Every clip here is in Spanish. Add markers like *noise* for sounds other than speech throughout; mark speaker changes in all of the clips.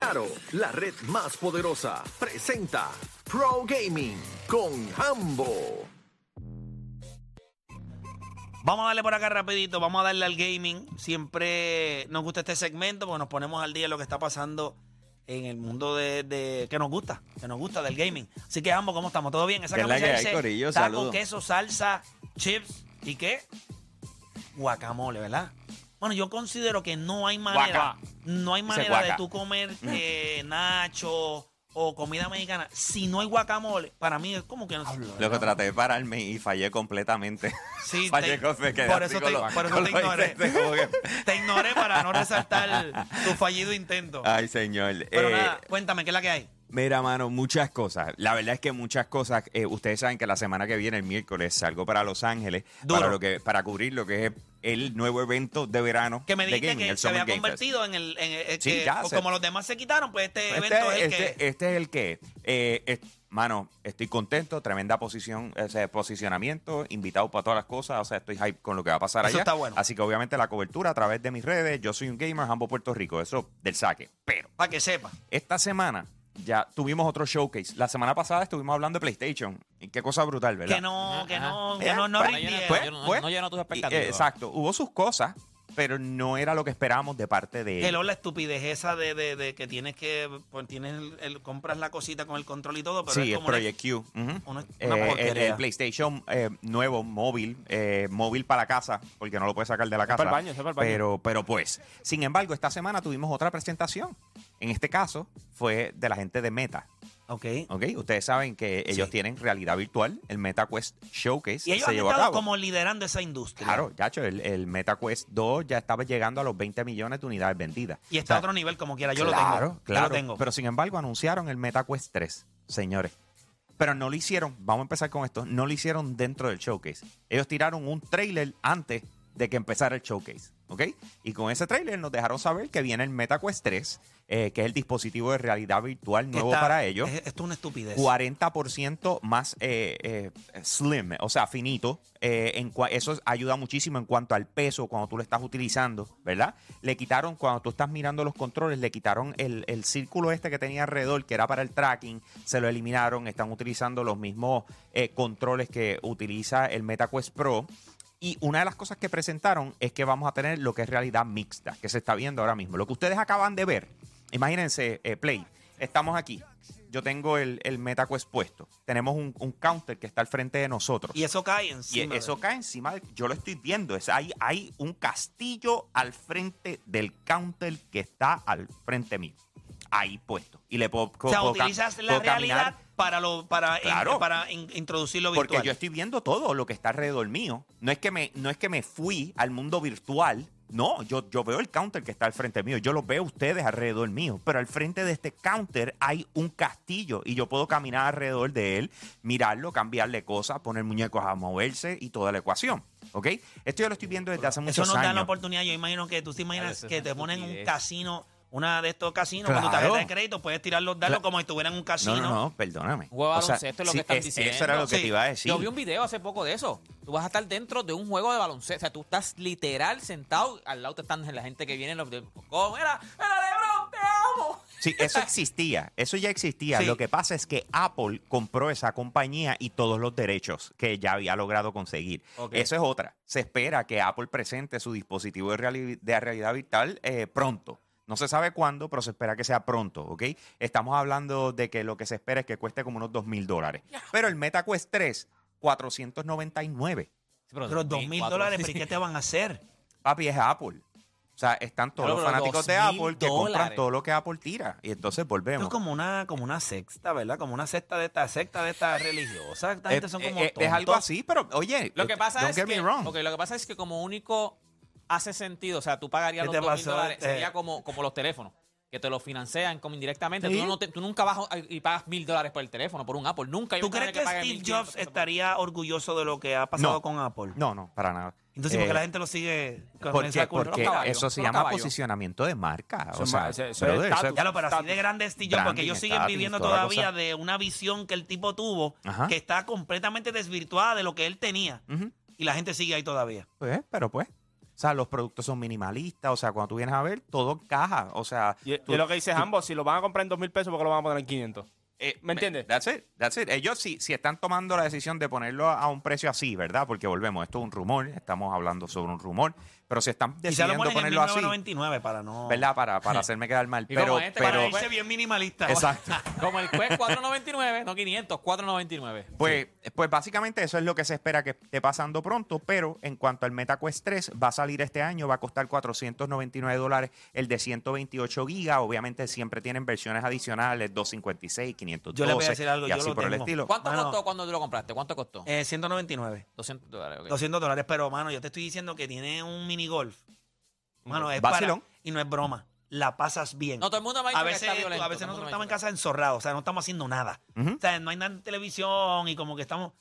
Speaker 1: Claro, la red más poderosa, presenta Pro Gaming con Hambo.
Speaker 2: Vamos a darle por acá rapidito, vamos a darle al gaming. Siempre nos gusta este segmento porque nos ponemos al día de lo que está pasando en el mundo de, de- que nos gusta, que nos gusta del gaming. Así que ambos, ¿cómo estamos? ¿Todo bien? Esa
Speaker 3: ¿Qué es la que hay,
Speaker 2: dice
Speaker 3: corillo?
Speaker 2: taco,
Speaker 3: Saludos.
Speaker 2: queso, salsa, chips y qué? Guacamole, ¿verdad? Bueno, yo considero que no hay manera,
Speaker 3: Guaca.
Speaker 2: no hay
Speaker 3: Dice
Speaker 2: manera de
Speaker 3: guaca. Mm.
Speaker 2: tú comer eh, nacho o comida mexicana si no hay guacamole. Para mí es como que no.
Speaker 3: Lo que traté de pararme y fallé completamente. *laughs*
Speaker 2: Sí,
Speaker 3: fallé
Speaker 2: te-
Speaker 3: con- me quedé
Speaker 2: por
Speaker 3: así
Speaker 2: eso
Speaker 3: con
Speaker 2: te-
Speaker 3: los-
Speaker 2: por eso
Speaker 3: con
Speaker 2: te
Speaker 3: los
Speaker 2: ignoré. *laughs*
Speaker 3: intentos, como que-
Speaker 2: Te ignoré para no resaltar tu fallido intento.
Speaker 3: Ay, señor.
Speaker 2: Pero
Speaker 3: Ah, Eh,
Speaker 2: nada, cuéntame, ¿qué es la que hay?
Speaker 3: Mira, mano, muchas cosas. La verdad es que muchas cosas. eh, ustedes saben que la semana que viene, el miércoles, salgo para Los Ángeles
Speaker 2: Duro.
Speaker 3: para lo que para cubrir lo que es el nuevo evento de verano
Speaker 2: Que me
Speaker 3: de
Speaker 2: dijiste
Speaker 3: gaming,
Speaker 2: que
Speaker 3: el
Speaker 2: se había
Speaker 3: Summer Game Fest.
Speaker 2: convertido en el... en el- el
Speaker 3: Sí,
Speaker 2: que-
Speaker 3: ya
Speaker 2: o
Speaker 3: se-
Speaker 2: como los demás se quitaron, pues este evento es el
Speaker 3: este,
Speaker 2: que...
Speaker 3: este es el que. eh, es- mano, estoy contento, tremenda posición, o sea, posicionamiento, invitado para todas las cosas, o sea, estoy hype con lo que va a pasar
Speaker 2: Eso
Speaker 3: allá.
Speaker 2: está bueno.
Speaker 3: Así que obviamente la cobertura a través de mis redes, yo soy un gamer, Jambo Puerto Rico, eso del saque. Pero
Speaker 2: Para que sepa.
Speaker 3: esta semana ya tuvimos otro showcase. La semana pasada estuvimos hablando de PlayStation. Y qué cosa brutal, ¿verdad?
Speaker 2: Que no, que no,
Speaker 3: Eh,
Speaker 2: que no, no
Speaker 3: pues,
Speaker 2: rindieron.
Speaker 3: pues,
Speaker 4: yo no-
Speaker 3: pues,
Speaker 4: no llenó tus
Speaker 3: y, eh,
Speaker 4: expectativas.
Speaker 3: exacto, hubo sus cosas, pero no era lo que esperáamos de parte de ellos.
Speaker 2: Hello, la estupidez esa de, de- de que tienes que... pues, tienes el- el- compras la cosita con el control y todo, pero
Speaker 3: Sí,
Speaker 2: es
Speaker 3: el
Speaker 2: como una-
Speaker 3: Project Q. ujú.
Speaker 2: una- una
Speaker 3: Eh, el,
Speaker 2: porquería.
Speaker 3: el PlayStation eh, nuevo, móvil, eh, móvil para la casa, porque no lo puedes sacar de la casa.
Speaker 4: para el baño, está para el baño.
Speaker 3: Pero, pero pues, sin embargo, esta semana tuvimos otra presentación. En este caso, fue de la gente de Meta.
Speaker 2: Ok.
Speaker 3: ¿ok? Ustedes saben que ellos
Speaker 2: Sí.
Speaker 3: tienen realidad virtual, el MetaQuest Showcase
Speaker 2: Y ellos
Speaker 3: se
Speaker 2: han
Speaker 3: llevó a
Speaker 2: estado
Speaker 3: cabo.
Speaker 2: como liderando esa industria.
Speaker 3: Claro, Yacho, el, el MetaQuest 2 ya estaba llegando a los 20 millones de unidades vendidas.
Speaker 2: Y está
Speaker 3: O sea,
Speaker 2: a otro nivel como quiera. Yo
Speaker 3: claro,
Speaker 2: lo tengo.
Speaker 3: Claro,
Speaker 2: Yo lo tengo.
Speaker 3: Pero sin embargo, anunciaron el MetaQuest 3, señores. Pero no lo hicieron, vamos a empezar con esto, no lo hicieron dentro del showcase. Ellos tiraron un trailer antes de que empezara el showcase, ¿ok? Y con ese trailer nos dejaron saber que viene el MetaQuest 3, eh, que es el dispositivo de realidad virtual
Speaker 2: Que
Speaker 3: nuevo
Speaker 2: está-
Speaker 3: para ellos.
Speaker 2: es- esto es una estupidez.
Speaker 3: 40% más eh, eh, slim, o sea, finito. Eh, en cua- eso ayuda muchísimo en cuanto al peso cuando tú lo estás utilizando, ¿verdad? Le quitaron, cuando tú estás mirando los controles, le quitaron el, el círculo este que tenía alrededor, que era para el tracking, se lo eliminaron, están utilizando los mismos eh, controles que utiliza el MetaQuest Pro. Y una de las cosas que presentaron es que vamos a tener lo que es realidad mixta, que se está viendo ahora mismo. Lo que ustedes acaban de ver, imagínense, eh, Play, estamos aquí. Yo tengo el, el MetaQuest puesto. Tenemos un, un counter que está al frente de nosotros.
Speaker 2: Y eso cae
Speaker 3: Y
Speaker 2: encima. de-
Speaker 3: eso cae encima, de- yo lo estoy viendo, es, hay, hay un castillo al frente del counter que está al frente mío, ahí puesto. Y le puedo,
Speaker 2: O sea,
Speaker 3: puedo cam-
Speaker 2: utilizas la
Speaker 3: puedo caminar
Speaker 2: realidad para, lo, para, in-
Speaker 3: Claro.
Speaker 2: para in- introducir lo virtual.
Speaker 3: porque yo estoy viendo todo lo que está alrededor mío. No es que me, no es que me fui al mundo virtual. No, yo, yo veo el counter que está al frente mío. Yo lo veo a ustedes alrededor mío. Pero al frente de este counter hay un castillo y yo puedo caminar alrededor de él, mirarlo, cambiarle cosas, poner muñecos a moverse y toda la ecuación. ¿Ok? Esto yo lo estoy viendo desde hace
Speaker 2: Eso
Speaker 3: muchos
Speaker 2: nos da la
Speaker 3: años.
Speaker 2: oportunidad. Yo imagino que tú te
Speaker 4: Claro,
Speaker 2: imaginas
Speaker 4: eso es
Speaker 2: que
Speaker 4: una
Speaker 2: te ponen un
Speaker 4: estupidez.
Speaker 2: casino, una de estos casinos, con tu
Speaker 3: Claro.
Speaker 2: tarjeta de crédito, puedes tirar los dados
Speaker 3: Cla-
Speaker 2: como si estuviera en un casino.
Speaker 3: No, no, no, perdóname.
Speaker 4: Juego de baloncesto es lo que están
Speaker 3: Eso era
Speaker 4: diciendo.
Speaker 3: lo que
Speaker 2: Sí.
Speaker 3: te iba a decir.
Speaker 4: Yo vi un video hace poco de eso. Tú vas a estar dentro de un juego de baloncesto. O sea, tú estás literal sentado. Al lado te están la gente que viene. Los de, ¡Oh, mira! ¡Mira, LeBron! ¡Te amo!
Speaker 3: Sí, eso existía, eso ya existía.
Speaker 2: Sí.
Speaker 3: Lo que pasa es que Apple compró esa compañía y todos los derechos que ya había logrado conseguir.
Speaker 4: Ok.
Speaker 3: Eso es otra. Se espera que Apple presente su dispositivo de, reali- de realidad virtual eh, pronto. No se sabe cuándo, pero se espera que sea pronto, ¿ok? Estamos hablando de que lo que se espera es que cueste como unos 2 mil dólares. Pero el MetaQuest 3, 499.
Speaker 2: Pero dos mil dólares, ¿pero ¿y
Speaker 3: *laughs*
Speaker 2: qué te van a hacer?
Speaker 3: Papi, es Apple. O sea, están todos
Speaker 4: Claro,
Speaker 3: los
Speaker 4: pero
Speaker 3: fanáticos de
Speaker 4: 2,000
Speaker 3: Apple que compran
Speaker 4: dólares.
Speaker 3: todo lo que Apple tira. Y entonces
Speaker 2: Esto
Speaker 3: volvemos.
Speaker 2: es como una, como una secta, ¿verdad? Como una secta de esta secta de estas religiosas. Esta gente son
Speaker 3: Eh,
Speaker 2: como
Speaker 3: eh, es algo
Speaker 2: tontos.
Speaker 3: así, pero oye,
Speaker 4: *laughs*
Speaker 3: eh,
Speaker 4: Lo que pasa
Speaker 3: don't
Speaker 4: es
Speaker 3: get
Speaker 4: que,
Speaker 3: me wrong.
Speaker 4: ok, lo que pasa es que como único hace sentido, o sea, tú pagarías
Speaker 2: ¿Qué
Speaker 4: los
Speaker 2: te
Speaker 4: dos mil
Speaker 2: pasó,
Speaker 4: dólares,
Speaker 2: este?
Speaker 4: sería como, como los teléfonos. que te lo financian como indirectamente.
Speaker 2: Sí.
Speaker 4: Tú, no te- tú nunca vas a- y pagas mil dólares por el teléfono, por un Apple. Nunca. hay
Speaker 2: ¿Tú
Speaker 4: un
Speaker 2: crees
Speaker 4: canal
Speaker 2: que
Speaker 4: pague
Speaker 2: Steve
Speaker 4: 1.500
Speaker 2: Jobs
Speaker 4: pesos por-
Speaker 2: estaría orgulloso de lo que ha pasado
Speaker 3: No.
Speaker 2: con Apple?
Speaker 3: No, no, para nada.
Speaker 2: Entonces, ¿por
Speaker 3: Eh,
Speaker 2: qué la gente lo sigue con
Speaker 3: ¿por
Speaker 2: esa
Speaker 3: qué?
Speaker 2: cultura?
Speaker 3: Porque
Speaker 4: Los caballos,
Speaker 3: eso se
Speaker 4: los
Speaker 3: llama
Speaker 4: caballos.
Speaker 3: posicionamiento de marca.
Speaker 5: Eso
Speaker 3: O
Speaker 5: es
Speaker 3: sea,
Speaker 5: ma- eso- eso es
Speaker 3: brother, eso-
Speaker 5: estatus.
Speaker 2: Ya lo, pero así
Speaker 5: Estatus.
Speaker 2: de grande es Stillon, porque
Speaker 3: Branding,
Speaker 2: ellos siguen
Speaker 3: estatus,
Speaker 2: viviendo
Speaker 3: toda la
Speaker 2: todavía
Speaker 3: cosa.
Speaker 2: de una visión que el tipo tuvo,
Speaker 3: Ajá.
Speaker 2: que está completamente desvirtuada de lo que él tenía.
Speaker 3: Ujú.
Speaker 2: Y la gente sigue ahí todavía.
Speaker 3: Pues, pero pues. O sea, los productos son minimalistas. O sea, cuando tú vienes a ver, todo encaja. O sea,
Speaker 5: Y, y
Speaker 3: tú-
Speaker 5: lo que dice ambos, si lo van a comprar en 2 mil pesos, ¿por qué lo van a poner en 500?
Speaker 3: Eh,
Speaker 5: ¿Me entiendes?
Speaker 3: That's it, that's it. Ellos si, si están tomando la decisión de ponerlo a un precio así, ¿verdad? Porque volvemos, esto es un rumor, estamos hablando sobre un rumor, pero si están
Speaker 2: Quizá lo
Speaker 3: decidiendo
Speaker 2: ponen en
Speaker 3: ponerlo así,
Speaker 2: 1999 para no...
Speaker 3: ¿verdad? Para, para hacerme quedar mal.
Speaker 4: Y
Speaker 3: Pero,
Speaker 4: como este,
Speaker 2: Para
Speaker 3: pero,
Speaker 2: irse bien minimalista.
Speaker 3: exacto.
Speaker 4: Como el juez 499, no 500, 499.
Speaker 3: Pues, pues básicamente eso es lo que se espera que esté pasando pronto, pero en cuanto al MetaQuest 3, va a salir este año, va a costar 499 dólares el de 128 gigas, obviamente siempre tienen versiones adicionales, 256, 512,
Speaker 2: Yo le voy a decir algo,
Speaker 3: y
Speaker 2: yo
Speaker 3: así
Speaker 2: lo
Speaker 3: por el
Speaker 2: tengo.
Speaker 3: estilo.
Speaker 4: ¿Cuánto
Speaker 2: Mano.
Speaker 4: costó cuando tú lo compraste? ¿Cuánto costó?
Speaker 2: Eh, 199.
Speaker 4: 200 dólares. ok.
Speaker 2: 200 dólares, pero mano, yo te estoy diciendo que tiene un mini golf. Mano, es
Speaker 3: Vacilón.
Speaker 2: para y no es broma. La pasas bien.
Speaker 4: No, todo el mundo me ha dicho
Speaker 2: a
Speaker 4: que
Speaker 2: veces,
Speaker 4: está violento,
Speaker 2: a
Speaker 4: todo
Speaker 2: veces
Speaker 4: el mundo
Speaker 2: nosotros estamos
Speaker 4: me ha
Speaker 2: en
Speaker 4: dicho
Speaker 2: casa enzorrados, o sea, no estamos haciendo nada.
Speaker 3: Ujú.
Speaker 2: O sea, no hay nada en televisión y como que estamos,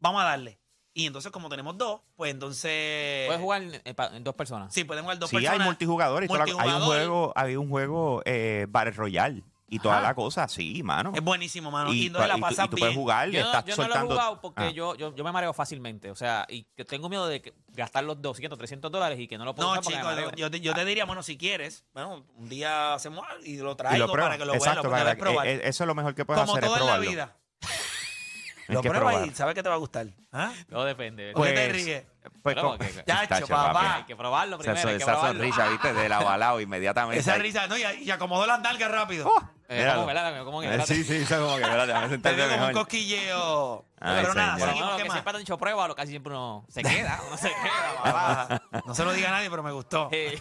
Speaker 2: vamos a darle. Y entonces, como tenemos dos, pues entonces.
Speaker 4: Puedes jugar eh, pa- en dos personas.
Speaker 2: Sí, podemos jugar dos
Speaker 3: sí,
Speaker 2: personas.
Speaker 3: hay multijugador y toda la co- hay un
Speaker 2: Multijugador.
Speaker 3: juego, hay un juego eh, Battle Royale y toda
Speaker 2: Ajá.
Speaker 3: la cosa, sí, mano.
Speaker 2: Es buenísimo, mano. Y,
Speaker 3: pa-
Speaker 2: entonces la
Speaker 3: tú-
Speaker 2: pasas
Speaker 3: tú
Speaker 2: bien.
Speaker 3: puedes jugar y
Speaker 4: Yo no,
Speaker 3: estás
Speaker 4: yo no lo he
Speaker 3: soltando.
Speaker 4: jugado porque
Speaker 3: Ah,
Speaker 4: yo, yo, yo me mareo fácilmente. O sea, y que tengo miedo de que- gastar los 200, 300 dólares y que no lo puedo
Speaker 2: No,
Speaker 4: usar porque me
Speaker 2: chicos,
Speaker 4: mareo.
Speaker 2: yo, te, yo te diría, bueno, si quieres, bueno, un día hacemos algo y lo traigo
Speaker 3: y lo
Speaker 2: para
Speaker 3: pruebas.
Speaker 2: que lo veas,
Speaker 3: Exacto,
Speaker 2: lo puedas
Speaker 3: para que-
Speaker 2: probar.
Speaker 3: eh, eh, eso es lo mejor que puedes
Speaker 2: como
Speaker 3: hacer
Speaker 2: todo
Speaker 3: es
Speaker 2: en la
Speaker 3: probarlo.
Speaker 2: vida.
Speaker 3: *laughs* Hay
Speaker 2: Lo
Speaker 3: que
Speaker 2: pruebas y
Speaker 3: probarlo.
Speaker 2: sabes que te va a gustar. ¿Ah?
Speaker 4: No depende.
Speaker 2: ¿Por qué te
Speaker 3: Pues,
Speaker 2: ríes?
Speaker 3: Pues,
Speaker 4: Pero,
Speaker 2: *laughs*
Speaker 3: con-
Speaker 4: que- que-
Speaker 2: Chacho,
Speaker 3: Chacho,
Speaker 2: papá.
Speaker 3: papi.
Speaker 4: Hay que probarlo
Speaker 3: Esa,
Speaker 4: primero. hay que
Speaker 3: esa
Speaker 4: probarlo.
Speaker 3: sonrisa, viste,
Speaker 2: *laughs*
Speaker 3: de la balao inmediatamente.
Speaker 2: Esa
Speaker 3: ahí.
Speaker 2: risa, no, y, y acomodó las nalgas rápido.
Speaker 3: Oh.
Speaker 4: Eh,
Speaker 3: Míralo.
Speaker 4: ¿Cómo, verdad? ¿Cómo que,
Speaker 3: Eh,
Speaker 4: verdad?
Speaker 3: Sí, sí, eso es como que, espérate, déjame
Speaker 2: *laughs* Te
Speaker 3: sentarte
Speaker 2: dio como un
Speaker 3: mejor.
Speaker 2: cosquilleo.
Speaker 3: Ay,
Speaker 2: Pero nada,
Speaker 3: señor.
Speaker 4: Pero,
Speaker 2: seguimos,
Speaker 4: mano,
Speaker 2: ¿qué
Speaker 4: que
Speaker 2: más?
Speaker 4: siempre te han dicho prueba, lo casi siempre uno se queda, uno se queda. va, *laughs* va.
Speaker 2: *laughs* Ah, no se lo diga a nadie, pero me gustó.
Speaker 4: Eh,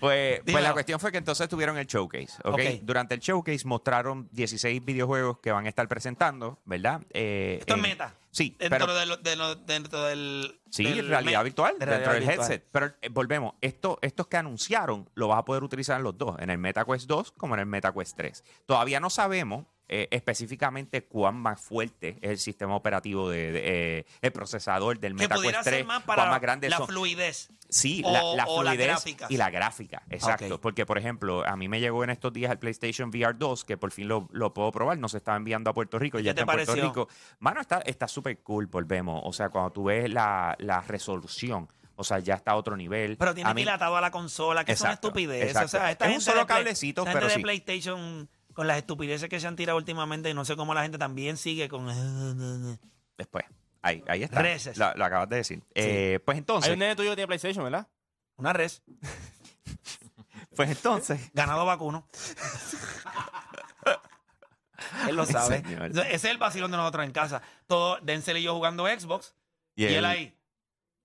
Speaker 3: Pues, pues
Speaker 2: Dímelo.
Speaker 3: la cuestión fue que entonces tuvieron el showcase, ¿ok?
Speaker 2: Ok.
Speaker 3: Durante el showcase mostraron 16 videojuegos que van a estar presentando, ¿verdad? Eh,
Speaker 2: Esto es
Speaker 3: en-
Speaker 2: meta.
Speaker 3: Sí,
Speaker 2: Dentro,
Speaker 3: pero,
Speaker 2: de lo- de lo- dentro del.
Speaker 3: Sí,
Speaker 2: del
Speaker 3: realidad
Speaker 2: me-
Speaker 3: virtual,
Speaker 2: de realidad
Speaker 3: dentro del
Speaker 2: virtual.
Speaker 3: headset. Pero eh, volvemos, esto, estos que anunciaron lo vas a poder utilizar en los dos, en el MetaQuest 2 como en el MetaQuest 3. Todavía no sabemos eh, específicamente cuán más fuerte es el sistema operativo, de, de, eh, el procesador del
Speaker 2: Que pudiera
Speaker 3: MetaQuest 3,
Speaker 2: ser más
Speaker 3: cuán
Speaker 2: para
Speaker 3: más grande
Speaker 2: la
Speaker 3: son.
Speaker 2: fluidez.
Speaker 3: Sí,
Speaker 2: O-
Speaker 3: la, la
Speaker 2: o las
Speaker 3: fluidez
Speaker 2: gráficas.
Speaker 3: y la gráfica, exacto.
Speaker 2: Ok.
Speaker 3: Porque, por ejemplo, a mí me llegó en estos días el PlayStation VR 2, que por fin lo, lo puedo probar, no se estaba enviando a Puerto Rico, ya
Speaker 2: te
Speaker 3: está en Puerto
Speaker 2: pareció?
Speaker 3: Rico. Mano, está está súper cool, volvemos. O sea, cuando tú ves la, la resolución, o sea, ya está a otro nivel.
Speaker 2: Pero tiene
Speaker 3: A mí-
Speaker 2: que ir atado a la consola, que es
Speaker 3: Exacto,
Speaker 2: una estupidez. O sea,
Speaker 3: exacto.
Speaker 2: esta
Speaker 3: Es un
Speaker 2: gente
Speaker 3: solo
Speaker 2: de Play-
Speaker 3: cablecito,
Speaker 2: esta gente
Speaker 3: pero
Speaker 2: de
Speaker 3: sí.
Speaker 2: PlayStation, con las estupideces que se han tirado últimamente, y no sé cómo la gente también sigue con. *laughs*
Speaker 3: Después, ahí, ahí está.
Speaker 2: Reces.
Speaker 3: La- Lo, acabas de decir. Eh, pues
Speaker 5: Hay un
Speaker 3: entonces,
Speaker 5: nene tuyo que tiene PlayStation, ¿verdad?
Speaker 2: Una res.
Speaker 3: pues entonces.
Speaker 2: Ganado vacuno.
Speaker 3: *laughs*
Speaker 2: él lo
Speaker 3: Ay,
Speaker 2: sabe.
Speaker 3: señor.
Speaker 2: Ese es el vacilón de nosotros en casa. Todo, Denzel y yo jugando Xbox. *laughs* Y, él, ahí.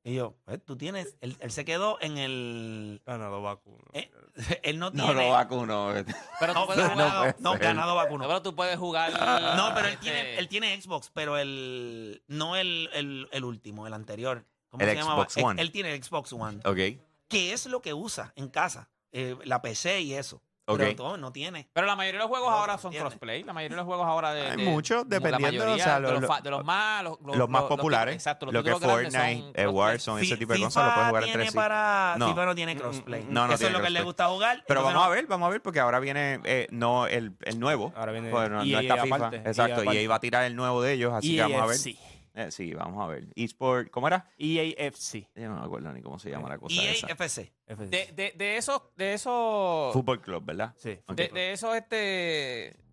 Speaker 2: Y yo, eh, tú tienes. Él, él se quedó en el.
Speaker 5: Ah, no, lo vacuno.
Speaker 2: eh, *laughs* él no tiene.
Speaker 3: No lo vacuno. *laughs*
Speaker 4: pero,
Speaker 2: *laughs*
Speaker 4: tú
Speaker 2: No,
Speaker 4: puedes
Speaker 2: ganado,
Speaker 4: jugar,
Speaker 2: no,
Speaker 3: ser.
Speaker 2: ganado
Speaker 4: no,
Speaker 2: vacuno.
Speaker 4: pero tú puedes *laughs* jugar.
Speaker 2: No, pero él
Speaker 4: este,
Speaker 2: tiene, él tiene Xbox, pero el. No el, el, el último, el anterior. ¿Cómo
Speaker 3: El
Speaker 2: se llamaba?
Speaker 3: Xbox
Speaker 2: Él-
Speaker 3: One.
Speaker 2: Él, tiene el Xbox One.
Speaker 3: ok.
Speaker 2: Que es lo que usa en casa. eh, la PC y eso.
Speaker 3: Ok.
Speaker 2: Pero todo no tiene.
Speaker 4: Pero la mayoría de los juegos
Speaker 2: No,
Speaker 4: ahora
Speaker 2: no
Speaker 4: son
Speaker 2: entiende.
Speaker 4: crossplay. La mayoría de los juegos ahora de.
Speaker 3: Hay
Speaker 4: de-
Speaker 3: muchos,
Speaker 4: la
Speaker 3: dependiendo,
Speaker 4: mayoría
Speaker 3: o sea,
Speaker 4: de,
Speaker 3: lo-
Speaker 4: los, fa- de los más. Los,
Speaker 3: Los más
Speaker 4: los-
Speaker 3: populares,
Speaker 4: exacto, los
Speaker 3: lo que es
Speaker 4: títulos grandes son
Speaker 3: Fortnite, eh,
Speaker 4: crossplay.
Speaker 3: Warzone,
Speaker 2: Fi-
Speaker 3: ese tipo de
Speaker 2: FIFA
Speaker 3: cosas lo puedes jugar
Speaker 2: tiene
Speaker 3: entre sí.
Speaker 2: para
Speaker 3: No.
Speaker 2: FIFA no tiene crossplay.
Speaker 3: No, no
Speaker 2: Eso
Speaker 3: tiene
Speaker 2: es lo que le
Speaker 3: crossplay.
Speaker 2: gusta jugar.
Speaker 3: Pero
Speaker 2: entonces
Speaker 3: vamos a
Speaker 2: no-
Speaker 3: ver, vamos a ver, porque ahora viene, eh, no, el, el nuevo.
Speaker 5: Ahora viene
Speaker 3: Pues no, no
Speaker 5: EA
Speaker 3: está FIFA.
Speaker 5: aparte, EA
Speaker 3: Exacto, y
Speaker 5: aparte. E
Speaker 3: ahí va a tirar el nuevo de ellos, así que vamos a ver.
Speaker 5: EAFC.
Speaker 3: Eh, sí, vamos a ver. eSport, ¿cómo era?
Speaker 5: EAFC.
Speaker 3: Yo no me acuerdo ni cómo se llama la cosa
Speaker 4: E
Speaker 2: EA
Speaker 3: esa.
Speaker 2: FC.
Speaker 4: De, de, de esos. De esos.
Speaker 3: Fútbol Club, ¿verdad?
Speaker 5: Sí,
Speaker 3: Ok.
Speaker 4: De, de esos, este.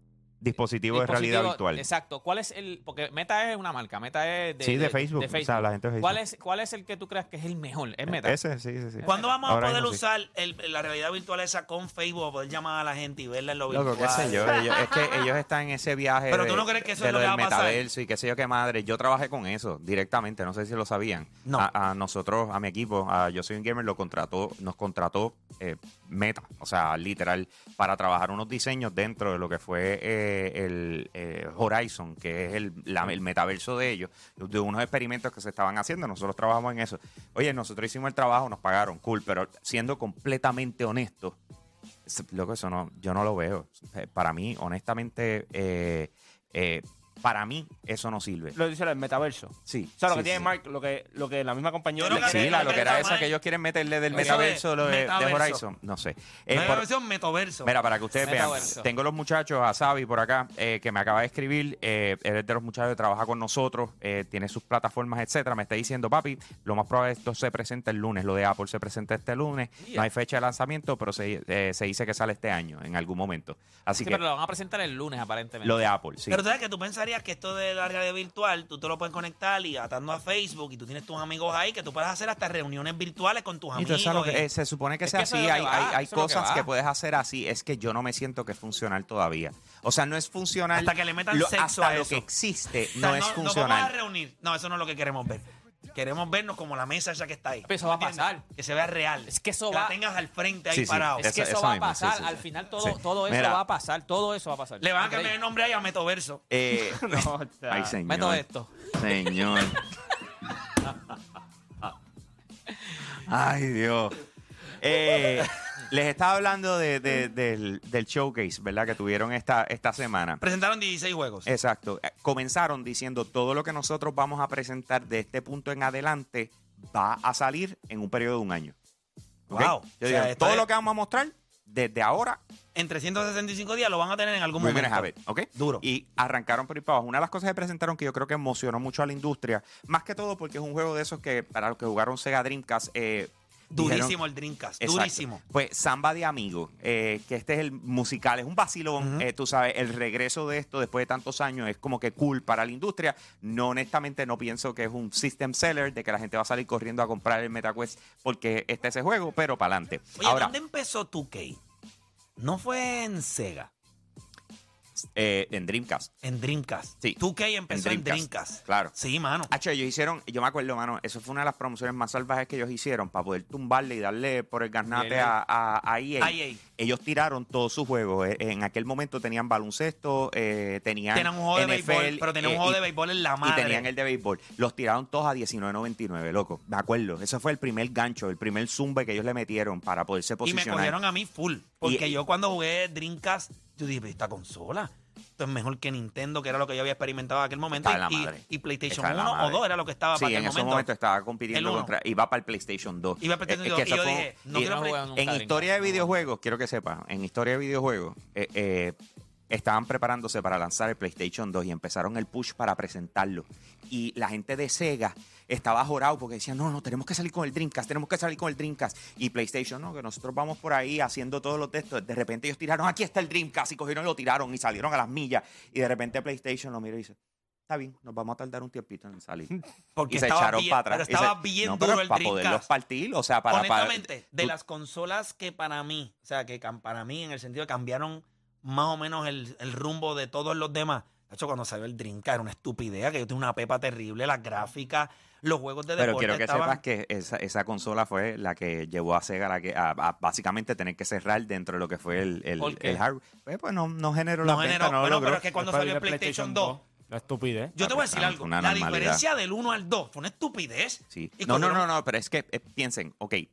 Speaker 3: Dispositivo de realidad
Speaker 4: dispositivo-
Speaker 3: virtual.
Speaker 4: Exacto. ¿Cuál es el.? Porque Meta es una marca. Meta es. De,
Speaker 3: sí, de, Facebook. O sea, la gente de Facebook.
Speaker 4: ¿Cuál es, ¿Cuál es el que tú crees que es el mejor? Es Meta.
Speaker 3: Ese, sí, sí, sí.
Speaker 2: ¿Cuándo vamos
Speaker 3: Ahora
Speaker 2: a poder
Speaker 3: mismo sí.
Speaker 2: usar el- la realidad virtual esa con Facebook para poder llamar a la gente y verla en lo virtual?
Speaker 3: Loco, qué
Speaker 2: *laughs*
Speaker 3: sé yo. ellos- es que ellos están en ese viaje.
Speaker 2: Pero
Speaker 3: de-
Speaker 2: tú no crees que eso
Speaker 3: de
Speaker 2: es lo que
Speaker 3: del
Speaker 2: va a pasar.
Speaker 3: metaverso y qué sé yo qué madre. Yo trabajé con eso directamente. No sé si lo sabían.
Speaker 2: No.
Speaker 3: A, a nosotros, a mi equipo, a Yo Soy un Gamer, lo contrató, nos contrató eh, Meta, o sea, literal, para trabajar unos diseños dentro de lo que fue eh, el eh, Horizon, que es el, la- el metaverso de ellos, de unos experimentos que se estaban haciendo. Nosotros trabajamos en eso. Oye, nosotros hicimos el trabajo, nos pagaron, cool, pero siendo completamente honestos. S- Loco, eso no, yo no lo veo. Eh, Para mí, honestamente, eh, eh, para mí eso no sirve.
Speaker 5: Lo dice el metaverso. O
Speaker 3: Sí.
Speaker 5: sea, lo
Speaker 3: sí,
Speaker 5: que tiene
Speaker 3: sí.
Speaker 5: Mark, lo que, lo que la misma compañía...
Speaker 2: Yo creo
Speaker 5: le-
Speaker 2: que-
Speaker 3: Sí, la
Speaker 2: lo
Speaker 3: lo que era
Speaker 2: está
Speaker 3: esa
Speaker 2: mal.
Speaker 3: que ellos quieren meterle del
Speaker 2: Eso de-
Speaker 3: metaverso, lo de, de
Speaker 2: metaverso.
Speaker 3: Horizon. No sé. Eh,
Speaker 2: No hay
Speaker 3: por-
Speaker 2: versión metaverso.
Speaker 3: Mira, para que ustedes
Speaker 4: Metaverso.
Speaker 3: vean, tengo los muchachos, a Xavi por acá, eh, que me acaba de escribir, eh, él es de los muchachos que trabaja con nosotros, eh, tiene sus plataformas, etcétera. Me está diciendo, papi, lo más probable es que esto se presenta el lunes, lo de Apple se presenta este lunes, no hay fecha de lanzamiento, pero se, eh, se dice que sale este año, en algún momento. Así
Speaker 4: Sí,
Speaker 3: que
Speaker 4: pero lo van a presentar el lunes, aparentemente.
Speaker 3: lo de Apple, sí.
Speaker 2: Pero tú sabes que tú pensarías que esto de la realidad virtual, tú te lo puedes conectar y atando a Facebook y tú tienes tus amigos ahí, que tú puedes hacer hasta reuniones virtuales con tus
Speaker 3: Y tú
Speaker 2: amigos.
Speaker 3: sabes lo que-
Speaker 2: y-
Speaker 3: eh, se supone que
Speaker 4: Es
Speaker 3: sea
Speaker 4: que eso es
Speaker 3: así.
Speaker 4: lo
Speaker 3: Hay,
Speaker 4: que va,
Speaker 3: hay- hay
Speaker 4: eso es lo que
Speaker 3: cosas
Speaker 4: va.
Speaker 3: que, puedes hacer así. Es que yo no me siento que es funcional todavía. O sea, no es funcional.
Speaker 2: Hasta que le metan sexo
Speaker 3: hasta
Speaker 2: a
Speaker 3: lo
Speaker 2: eso.
Speaker 3: que existe
Speaker 2: O
Speaker 3: no,
Speaker 2: sea,
Speaker 3: es
Speaker 2: Nos vamos a
Speaker 3: funcional.
Speaker 2: reunir. No, eso no es lo que queremos ver. Queremos vernos como la mesa esa que está ahí.
Speaker 4: Pero eso va a
Speaker 2: ¿Entiendes?
Speaker 4: pasar.
Speaker 2: Que se vea real.
Speaker 4: Es que eso
Speaker 2: la
Speaker 4: va-
Speaker 2: tengas al frente ahí
Speaker 3: Sí, sí.
Speaker 2: parado.
Speaker 4: es que
Speaker 3: Esa-
Speaker 4: eso
Speaker 3: esa
Speaker 4: va a
Speaker 3: misma, sí,
Speaker 4: pasar.
Speaker 3: sí,
Speaker 4: Al
Speaker 3: sí.
Speaker 4: final todo,
Speaker 3: Sí.
Speaker 4: todo eso
Speaker 3: Mira.
Speaker 4: va a pasar. Todo eso va a pasar.
Speaker 2: Le van a
Speaker 4: Increíble.
Speaker 2: cambiar el nombre ahí a Metoverso.
Speaker 3: Eh,
Speaker 5: No, *laughs* o sea,
Speaker 3: ay, señor.
Speaker 4: Meto esto.
Speaker 3: Señor. Ay, Dios. Eh, les estaba hablando de- de- del, del showcase, ¿verdad? Que tuvieron esta, esta semana.
Speaker 2: Presentaron 16 juegos.
Speaker 3: Exacto. Eh, Comenzaron diciendo todo lo que nosotros vamos a presentar de este punto en adelante va a salir en un periodo de un año. ¿Ok?
Speaker 2: Wow.
Speaker 3: Yo
Speaker 2: O sea,
Speaker 3: digo,
Speaker 2: esto
Speaker 3: todo
Speaker 2: es-
Speaker 3: lo que vamos a mostrar desde ahora,
Speaker 2: En 365 días lo van a tener en algún
Speaker 3: we're
Speaker 2: momento.
Speaker 3: gonna have it, ¿ok?
Speaker 2: Duro.
Speaker 3: Y arrancaron por ahí para abajo. Una de las cosas que presentaron que yo creo que emocionó mucho a la industria, más que todo porque es un juego de esos que para los que jugaron Sega Dreamcast, eh,
Speaker 2: durísimo
Speaker 3: dijeron-
Speaker 2: el Dreamcast.
Speaker 3: Exacto.
Speaker 2: Durísimo.
Speaker 3: Pues Samba de Amigo, eh, que este es el musical, es un vacilón, eh, tú sabes, el regreso de esto después de tantos años es como que cool para la industria. No, honestamente, no pienso que es un system seller de que la gente va a salir corriendo a comprar el MetaQuest porque este es ese juego, pero para adelante.
Speaker 2: Oye,
Speaker 3: Ahora,
Speaker 2: ¿dónde empezó 2K? No fue en Sega,
Speaker 3: eh, en Dreamcast.
Speaker 2: en Dreamcast.
Speaker 3: Sí.
Speaker 2: 2K empezó en
Speaker 3: En
Speaker 2: Dreamcast.
Speaker 3: Dreamcast, claro.
Speaker 2: Sí, mano.
Speaker 3: Hacho, ellos hicieron, yo me acuerdo, mano, eso fue una de las promociones más salvajes que ellos hicieron para poder tumbarle y darle por el garnate a, a, E a EA.
Speaker 2: A EA.
Speaker 3: Ellos tiraron todos sus juegos. Eh, En aquel momento tenían baloncesto, eh, tenían.
Speaker 2: Tenían un juego de
Speaker 3: NFL,
Speaker 2: béisbol, pero tenían un
Speaker 3: eh,
Speaker 2: juego
Speaker 3: y-
Speaker 2: de béisbol en la
Speaker 3: Y
Speaker 2: madre.
Speaker 3: tenían el de béisbol. Los tiraron todos a 19.99, loco. Me acuerdo. Ese fue el primer gancho, el primer zumbe que ellos le metieron para
Speaker 2: Y
Speaker 3: poderse
Speaker 2: me
Speaker 3: posicionar.
Speaker 2: cogieron a mí full. Porque
Speaker 3: Y- eh,
Speaker 2: yo cuando jugué Dreamcast, yo dije, "Pero esta consola, esto es mejor que Nintendo, que era lo que yo había experimentado en aquel momento.
Speaker 3: Está de la
Speaker 2: y,
Speaker 3: madre.
Speaker 2: y PlayStation
Speaker 3: Está de la
Speaker 2: 1 o
Speaker 3: madre.
Speaker 2: 2 era lo que estaba
Speaker 3: sí,
Speaker 2: ah, para
Speaker 3: en
Speaker 2: aquel
Speaker 3: ese
Speaker 2: momento.
Speaker 3: momento estaba
Speaker 2: El
Speaker 3: compitiendo
Speaker 2: uno.
Speaker 3: contra. Iba para el PlayStation 2.
Speaker 2: Iba para el
Speaker 3: Eh,
Speaker 2: PlayStation
Speaker 3: es
Speaker 2: 2,
Speaker 3: que
Speaker 2: y
Speaker 3: eso
Speaker 2: yo
Speaker 3: fue un-
Speaker 2: dije, no
Speaker 3: y-
Speaker 2: quiero
Speaker 4: no
Speaker 2: Play-
Speaker 4: juegan nunca
Speaker 3: En
Speaker 4: Dreamcast,
Speaker 3: historia de
Speaker 4: no.
Speaker 3: videojuegos, quiero que sepan, en historia de videojuegos, eh, eh, estaban preparándose para lanzar el PlayStation 2 y empezaron el push para presentarlo. Y la gente de Sega estaba jorado porque decían, no, no, tenemos que salir con el Dreamcast, tenemos que salir con el Dreamcast. Y PlayStation, no, que nosotros vamos por ahí haciendo todos los textos. De repente ellos tiraron, aquí está el Dreamcast, y cogieron y lo tiraron y salieron a las millas. Y de repente PlayStation lo mira y dice, está bien, nos vamos a tardar un tiempito en salir
Speaker 2: Porque
Speaker 3: y se
Speaker 2: estaba
Speaker 3: echaron
Speaker 2: bien,
Speaker 3: para atrás.
Speaker 2: pero
Speaker 3: Y se-
Speaker 2: estaba bien
Speaker 3: No, pero
Speaker 2: duro el
Speaker 3: para poderlos
Speaker 2: Dreamcast.
Speaker 3: partir, o sea, para... para-
Speaker 2: Honestamente, de
Speaker 3: tú-
Speaker 2: las consolas que para mí, o sea, que cam- para mí en el sentido de cambiaron más o menos el, el rumbo de todos los demás. De hecho, cuando salió el Dreamcast era una estupidez, que yo tenía una pepa terrible, las gráficas, los juegos de
Speaker 3: Pero
Speaker 2: deporte
Speaker 3: quiero que
Speaker 2: estaban...
Speaker 3: sepas que esa, esa consola fue la que llevó a Sega la que, a, a básicamente tener que cerrar dentro de lo que fue el, el,
Speaker 4: ¿Por qué?
Speaker 3: el hardware. Pues, pues, no, no generó
Speaker 2: No
Speaker 3: la
Speaker 2: generó-
Speaker 3: no lo
Speaker 2: bueno,
Speaker 3: logró.
Speaker 2: pero es que cuando
Speaker 5: después
Speaker 2: salió el
Speaker 5: vino
Speaker 2: PlayStation 2,
Speaker 5: La estupidez.
Speaker 2: yo te voy a decir
Speaker 3: Una
Speaker 2: algo, la
Speaker 3: normalidad.
Speaker 2: diferencia del 1 al 2 fue una estupidez.
Speaker 3: Sí.
Speaker 2: Y
Speaker 3: No, no,
Speaker 2: cogieron-
Speaker 3: no, no, pero es que eh, piensen, ok, eh,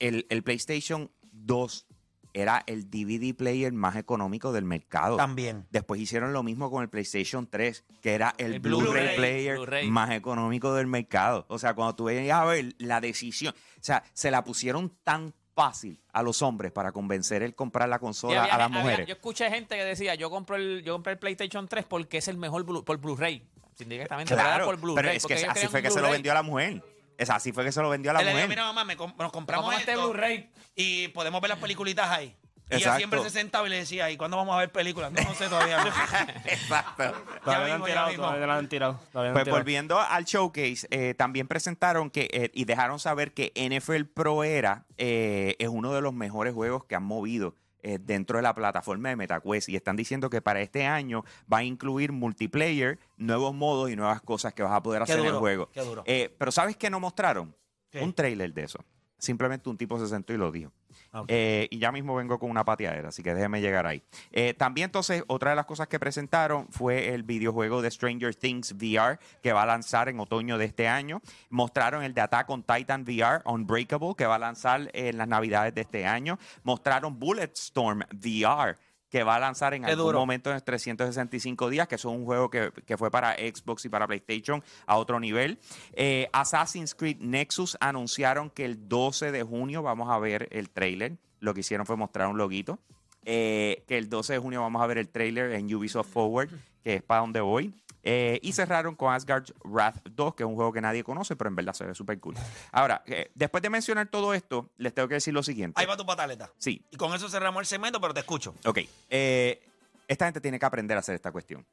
Speaker 3: el, el PlayStation 2 era el DVD player más económico del mercado.
Speaker 2: También.
Speaker 3: Después hicieron lo mismo con el PlayStation 3, que era el,
Speaker 4: El
Speaker 3: Blu-ray
Speaker 4: Blu-ray,
Speaker 3: player
Speaker 4: Blu-ray.
Speaker 3: más económico del mercado. O sea, cuando tú veías a ver la decisión, o sea, se la pusieron tan fácil a los hombres para convencer el comprar la
Speaker 4: Y
Speaker 3: consola
Speaker 4: había
Speaker 3: a las
Speaker 4: gen- había-
Speaker 3: mujeres.
Speaker 4: yo escuché gente que decía, yo compré el, yo compré el PlayStation 3 porque es el mejor Blu- por Blu-ray. Sin directamente, pero era
Speaker 3: claro,
Speaker 4: por Blu-ray.
Speaker 3: pero es que
Speaker 4: porque ellos
Speaker 3: así
Speaker 4: querían
Speaker 3: fue
Speaker 4: un
Speaker 3: que se lo
Speaker 4: Blu-ray.
Speaker 3: vendió a la mujer. Es así fue que se lo vendió a la
Speaker 2: Él le dijo,
Speaker 3: mujer.
Speaker 2: mira mamá, me com- nos compramos
Speaker 4: Vamos este
Speaker 2: esto
Speaker 4: Blu-ray.
Speaker 2: y podemos ver las peliculitas ahí. Y ella
Speaker 3: Exacto.
Speaker 2: siempre se sentaba y le decía, ¿y cuándo vamos a ver películas? No, no sé
Speaker 3: *laughs*
Speaker 2: todavía.
Speaker 3: *laughs* Exacto.
Speaker 5: Todavía
Speaker 2: mismo,
Speaker 5: no
Speaker 2: ya
Speaker 5: han tirado,
Speaker 2: mismo.
Speaker 5: todavía no la han tirado. todavía no
Speaker 3: Pues
Speaker 5: han tirado.
Speaker 3: volviendo al showcase, eh, también presentaron que eh, y dejaron saber que NFL Pro Era eh, es uno de los mejores juegos que han movido eh, dentro de la plataforma de MetaQuest y están diciendo que para este año va a incluir multiplayer, nuevos modos y nuevas cosas que vas a poder
Speaker 2: Qué
Speaker 3: hacer en
Speaker 2: duro,
Speaker 3: el juego.
Speaker 2: qué duro.
Speaker 3: Eh, pero ¿sabes qué no mostraron?
Speaker 2: ¿Qué?
Speaker 3: Un trailer de eso. Simplemente un tipo se sentó y lo dijo.
Speaker 2: Ah, ok.
Speaker 3: Eh, y ya mismo vengo con una pateadera, así que déjeme llegar ahí. Eh, también entonces, otra de las cosas que presentaron fue el videojuego de Stranger Things VR, que va a lanzar en otoño de este año. Mostraron el de Attack on Titan VR, Unbreakable, que va a lanzar en las navidades de este año. Mostraron Bulletstorm VR, que va a lanzar en
Speaker 2: Qué
Speaker 3: algún
Speaker 2: duro.
Speaker 3: momento momento en 365 días, que es un juego que, que fue para Xbox y para PlayStation a otro nivel. Eh, Assassin's Creed Nexus anunciaron que el 12 de junio vamos a ver el trailer. Lo que hicieron fue mostrar un loguito. Eh, que el 12 de junio vamos a ver el trailer en Ubisoft Forward, que es para donde voy. Eh, y cerraron con Asgard's Wrath 2, que es un juego que nadie conoce, pero en verdad se ve súper cool. Ahora, eh, después de mencionar todo esto, les tengo que decir lo siguiente.
Speaker 2: Ahí va tu pataleta.
Speaker 3: Sí,
Speaker 2: Y con eso cerramos el segmento, pero te escucho.
Speaker 3: Ok. eh, esta gente tiene que aprender a hacer esta cuestión.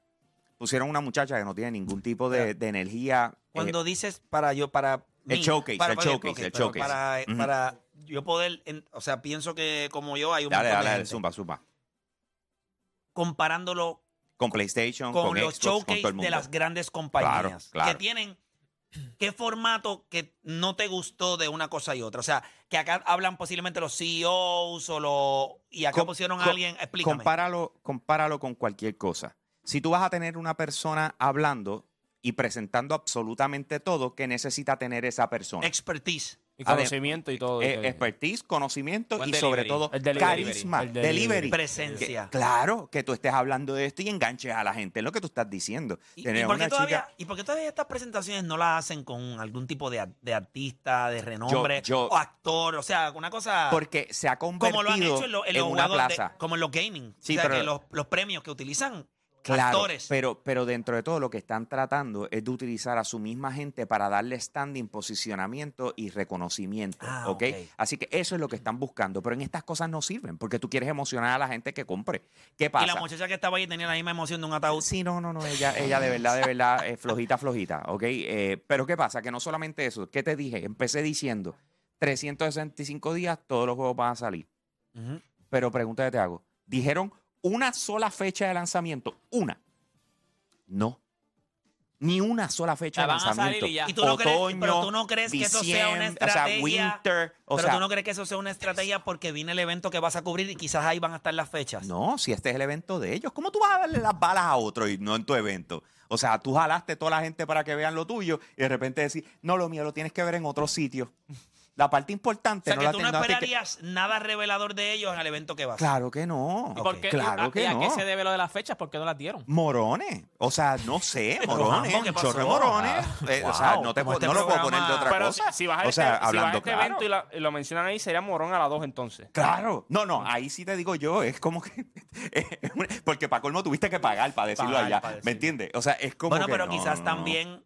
Speaker 3: Pusieron una muchacha que no tiene ningún tipo de, de energía. eh,
Speaker 2: Cuando dices para yo, para.
Speaker 3: El showcase, el
Speaker 2: ok,
Speaker 3: showcase, el
Speaker 2: pero
Speaker 3: showcase.
Speaker 2: Para,
Speaker 3: Ujú.
Speaker 2: para yo poder, en- o sea, pienso que como yo hay un
Speaker 3: dale,
Speaker 2: montón
Speaker 3: dale,
Speaker 2: de
Speaker 3: dale,
Speaker 2: gente
Speaker 3: zumba, zumba.
Speaker 2: comparándolo
Speaker 3: Con PlayStation,
Speaker 2: con,
Speaker 3: con,
Speaker 2: los
Speaker 3: Xbox, con
Speaker 2: showcase
Speaker 3: todo el mundo.
Speaker 2: de las grandes compañías
Speaker 3: Claro, claro.
Speaker 2: que tienen qué formato que no te gustó de una cosa y otra. O sea, que acá hablan posiblemente los CEOs o los y acá
Speaker 3: Com-
Speaker 2: pusieron a
Speaker 3: com-
Speaker 2: alguien, explícame.
Speaker 3: Compáralo, compáralo con cualquier cosa. Si tú vas a tener una persona hablando y presentando absolutamente todo, que necesita tener esa persona?
Speaker 2: Expertise.
Speaker 5: Y
Speaker 3: A ver,
Speaker 5: conocimiento y todo. y
Speaker 3: Eh,
Speaker 5: todo.
Speaker 3: expertise, conocimiento
Speaker 4: Buen
Speaker 3: y sobre
Speaker 4: delivery.
Speaker 3: todo
Speaker 5: El delivery.
Speaker 3: carisma,
Speaker 5: El delivery.
Speaker 3: delivery.
Speaker 2: Presencia.
Speaker 3: Que- claro, que tú estés hablando de esto y enganches a la gente, es lo que tú estás diciendo.
Speaker 2: ¿Y, y
Speaker 3: Tener
Speaker 2: por qué
Speaker 3: una
Speaker 2: todavía,
Speaker 3: chica-
Speaker 2: ¿Y por qué todavía estas presentaciones no las hacen con algún tipo de, ar- de artista, de renombre,
Speaker 3: yo-
Speaker 2: o actor? O sea, una cosa
Speaker 3: Porque se ha convertido
Speaker 2: como lo han hecho en, lo- en los
Speaker 3: una
Speaker 2: juegos de-
Speaker 3: plaza.
Speaker 2: como en los gaming.
Speaker 3: Sí,
Speaker 2: o sea,
Speaker 3: pero-
Speaker 2: que los, los premios que utilizan
Speaker 3: Claro,
Speaker 2: actores.
Speaker 3: pero, pero dentro de todo lo que están tratando es de utilizar a su misma gente para darle standing, posicionamiento y reconocimiento.
Speaker 2: Ah,
Speaker 3: ¿ok?
Speaker 2: ok.
Speaker 3: Así que eso es lo que están buscando. Pero en estas cosas no sirven porque tú quieres emocionar a la gente que compre.
Speaker 2: Y
Speaker 3: ¿Qué
Speaker 2: la
Speaker 3: pasa?
Speaker 2: muchacha que estaba ahí tenía la misma emoción de un ataúd.
Speaker 3: Sí, no, no, no, ella, ella de verdad, de verdad, eh, flojita, flojita, ¿ok? Eh, pero ¿qué pasa? Que no solamente eso, ¿qué te dije? Empecé diciendo, 365 días todos los juegos van a salir.
Speaker 2: Ujú.
Speaker 3: Pero pregunta que te hago. Dijeron una sola fecha de lanzamiento. Una. No. Ni una sola fecha
Speaker 4: La
Speaker 3: de
Speaker 4: van a salir
Speaker 3: lanzamiento.
Speaker 4: y ya.
Speaker 2: ¿Y tú no crees-
Speaker 3: Otoño,
Speaker 2: pero tú no crees que eso sea una
Speaker 3: diciembre, O sea,
Speaker 2: estrategia?
Speaker 3: winter. O
Speaker 2: pero
Speaker 3: sea,
Speaker 2: tú no crees que eso sea una estrategia porque viene el evento que vas a cubrir y quizás ahí van a estar las fechas.
Speaker 3: No, si este es el evento de ellos, ¿cómo tú vas a darle las balas a otro y no en tu evento? O sea, tú jalaste toda la gente para que vean lo tuyo y de repente decís, no, lo mío lo tienes que ver en otro sitio. La parte
Speaker 2: o
Speaker 3: importante
Speaker 2: sea,
Speaker 3: no
Speaker 2: que
Speaker 3: la
Speaker 2: tú no
Speaker 3: ten- te-
Speaker 2: esperarías nada revelador de ellos en el evento que vas.
Speaker 3: Claro que no.
Speaker 2: ¿Y
Speaker 4: ¿Y
Speaker 2: Ok.
Speaker 4: por qué-
Speaker 3: Claro
Speaker 4: y-
Speaker 3: que
Speaker 4: y a
Speaker 3: no.
Speaker 4: qué se debe lo de las fechas? ¿Por qué no las dieron?
Speaker 3: Morones. O sea, no sé,
Speaker 2: Pero,
Speaker 3: morones.
Speaker 2: Rambo, ¿qué pasó?
Speaker 3: chorro de morones. Eh, O sea, no, te
Speaker 2: como
Speaker 3: puedo-
Speaker 2: este
Speaker 3: no lo puedo poner de
Speaker 2: programa.
Speaker 3: otra
Speaker 5: Pero si,
Speaker 3: cosa.
Speaker 5: si vas a
Speaker 3: o
Speaker 5: este,
Speaker 3: sea,
Speaker 5: si vas a
Speaker 3: hablando
Speaker 5: este
Speaker 3: claro.
Speaker 5: evento y, la- y lo mencionan ahí, sería morón a las dos entonces.
Speaker 3: Claro. No, no, ahí sí te digo yo, es como que. *laughs* es una- porque para colmo tuviste que pagar para decirlo
Speaker 2: Pagar
Speaker 3: allá.
Speaker 2: para decirlo.
Speaker 3: ¿Me entiendes? O sea, es como.
Speaker 2: bueno,
Speaker 3: que
Speaker 2: pero
Speaker 3: no,
Speaker 2: quizás
Speaker 3: no, no.
Speaker 2: también.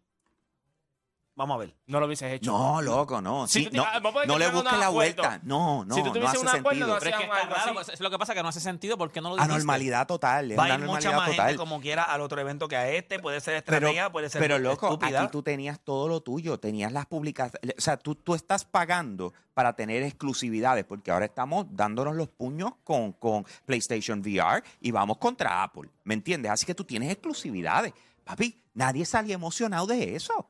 Speaker 2: Vamos a ver.
Speaker 5: No lo hubieses hecho.
Speaker 3: No, loco, no.
Speaker 5: Si
Speaker 3: Sí,
Speaker 5: tú te-
Speaker 3: no
Speaker 5: ah, vamos a
Speaker 3: no le
Speaker 5: llegar a un
Speaker 3: busques la
Speaker 5: acuerdo.
Speaker 3: vuelta. No, no,
Speaker 5: Si tú
Speaker 3: no
Speaker 5: tuviese
Speaker 3: hace
Speaker 5: un acuerdo, no
Speaker 3: sentido.
Speaker 5: hace-
Speaker 4: Pero es que
Speaker 5: Hacían
Speaker 4: está
Speaker 5: algo
Speaker 4: raro,
Speaker 5: así.
Speaker 4: pues, es lo que pasa que no hace sentido porque no lo dijiste.
Speaker 3: Anormalidad total. Es
Speaker 2: Va
Speaker 3: una
Speaker 2: a ir mucha más
Speaker 3: anormalidad
Speaker 2: gente
Speaker 3: total.
Speaker 2: como quiera al otro evento que a este. Puede ser estrategia, puede ser
Speaker 3: pero, loco,
Speaker 2: estúpida.
Speaker 3: aquí tú tenías todo lo tuyo, tenías las publicaciones, o sea, tú, tú estás pagando para tener exclusividades, porque ahora estamos dándonos los puños con, con PlayStation VR y vamos contra Apple, ¿me entiendes? Así que tú tienes exclusividades. Papi, nadie salía emocionado de eso.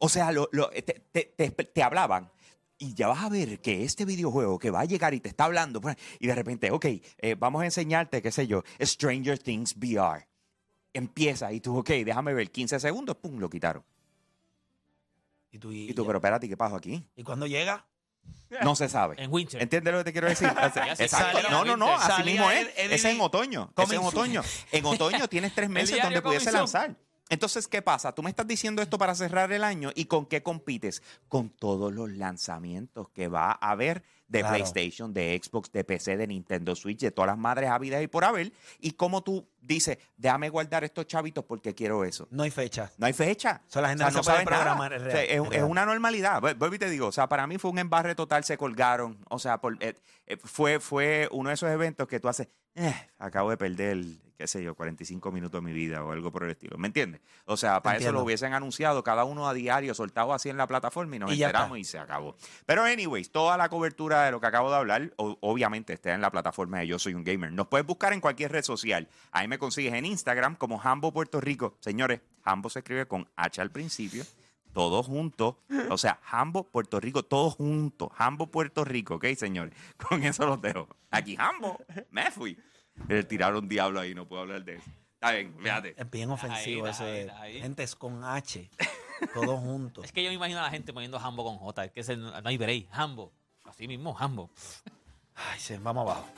Speaker 3: O sea, lo- lo- te, te- te- te hablaban. Y ya vas a ver que este videojuego que va a llegar y te está hablando, pues, y de repente, ok, eh, vamos a enseñarte, qué sé yo, Stranger Things VR. Empieza y tú, ok, déjame ver, 15 segundos, pum, lo quitaron.
Speaker 2: Y tú, y,
Speaker 3: Y tú, pero espérate, ¿qué pasó aquí?
Speaker 2: ¿y cuando llega?
Speaker 3: No se sabe.
Speaker 4: En Winchester.
Speaker 3: ¿Entiendes lo que te quiero decir? O sea,
Speaker 4: Ya se
Speaker 3: exacto.
Speaker 4: salía
Speaker 3: No, no, no,
Speaker 4: Winter.
Speaker 3: así
Speaker 2: Salía
Speaker 3: mismo es.
Speaker 2: Ed- Eddie
Speaker 3: Ese es en otoño. Ese es en
Speaker 2: Cummings.
Speaker 3: otoño. En otoño tienes tres meses donde
Speaker 4: diario
Speaker 3: pudiese
Speaker 4: comenzó.
Speaker 3: lanzar. Entonces, ¿qué pasa? Tú me estás diciendo esto para cerrar el año y con qué compites? Con todos los lanzamientos que va a haber de
Speaker 2: Claro.
Speaker 3: PlayStation, de Xbox, de PC, de Nintendo Switch, de todas las madres habidas y por haber. Y cómo tú dices, déjame guardar estos chavitos porque quiero eso.
Speaker 2: No hay fecha.
Speaker 3: No hay fecha.
Speaker 2: O sea, la gente no se
Speaker 3: sabe
Speaker 2: puede programar,
Speaker 3: nada.
Speaker 2: es real,
Speaker 3: O sea, es,
Speaker 2: es
Speaker 3: es
Speaker 2: real.
Speaker 3: una normalidad. Vu- Vuelvo y te digo, o sea, para mí fue un embarre total, se colgaron. O sea, por- eh, eh, fue, fue uno de esos eventos que tú haces, "Eh, acabo de perder, qué sé yo, 45 minutos de mi vida o algo por el estilo. ¿Me entiendes? O sea, para eso
Speaker 2: Entiendo.
Speaker 3: lo hubiesen anunciado cada uno a diario, soltado así en la plataforma y nos
Speaker 2: Y ya
Speaker 3: enteramos y se acabó. Pero, anyways, toda la cobertura de lo que acabo de hablar, o- obviamente, está en la plataforma de Yo Soy un Gamer. Nos puedes buscar en cualquier red social. Ahí me consigues en Instagram como Hambo Puerto Rico. Señores, Hambo se escribe con H al principio. todos juntos. O sea, Hambo, Puerto Rico, todos juntos. Hambo, Puerto Rico, ¿ok, señores? *laughs* Con eso los dejo. Aquí, Hambo, me fui. Le tiraron diablo ahí, no puedo hablar de eso. Está bien, fíjate.
Speaker 2: Es bien ofensivo
Speaker 4: Ahí,
Speaker 2: eso.
Speaker 4: ahí,
Speaker 2: de-
Speaker 4: ahí.
Speaker 2: Gente, es con H. Todos juntos.
Speaker 4: *laughs* Es que yo me imagino a la gente poniendo Hambo con J. Es que ese no no hay break. Hambo. Así mismo, Hambo.
Speaker 2: Ay, se, vamos abajo.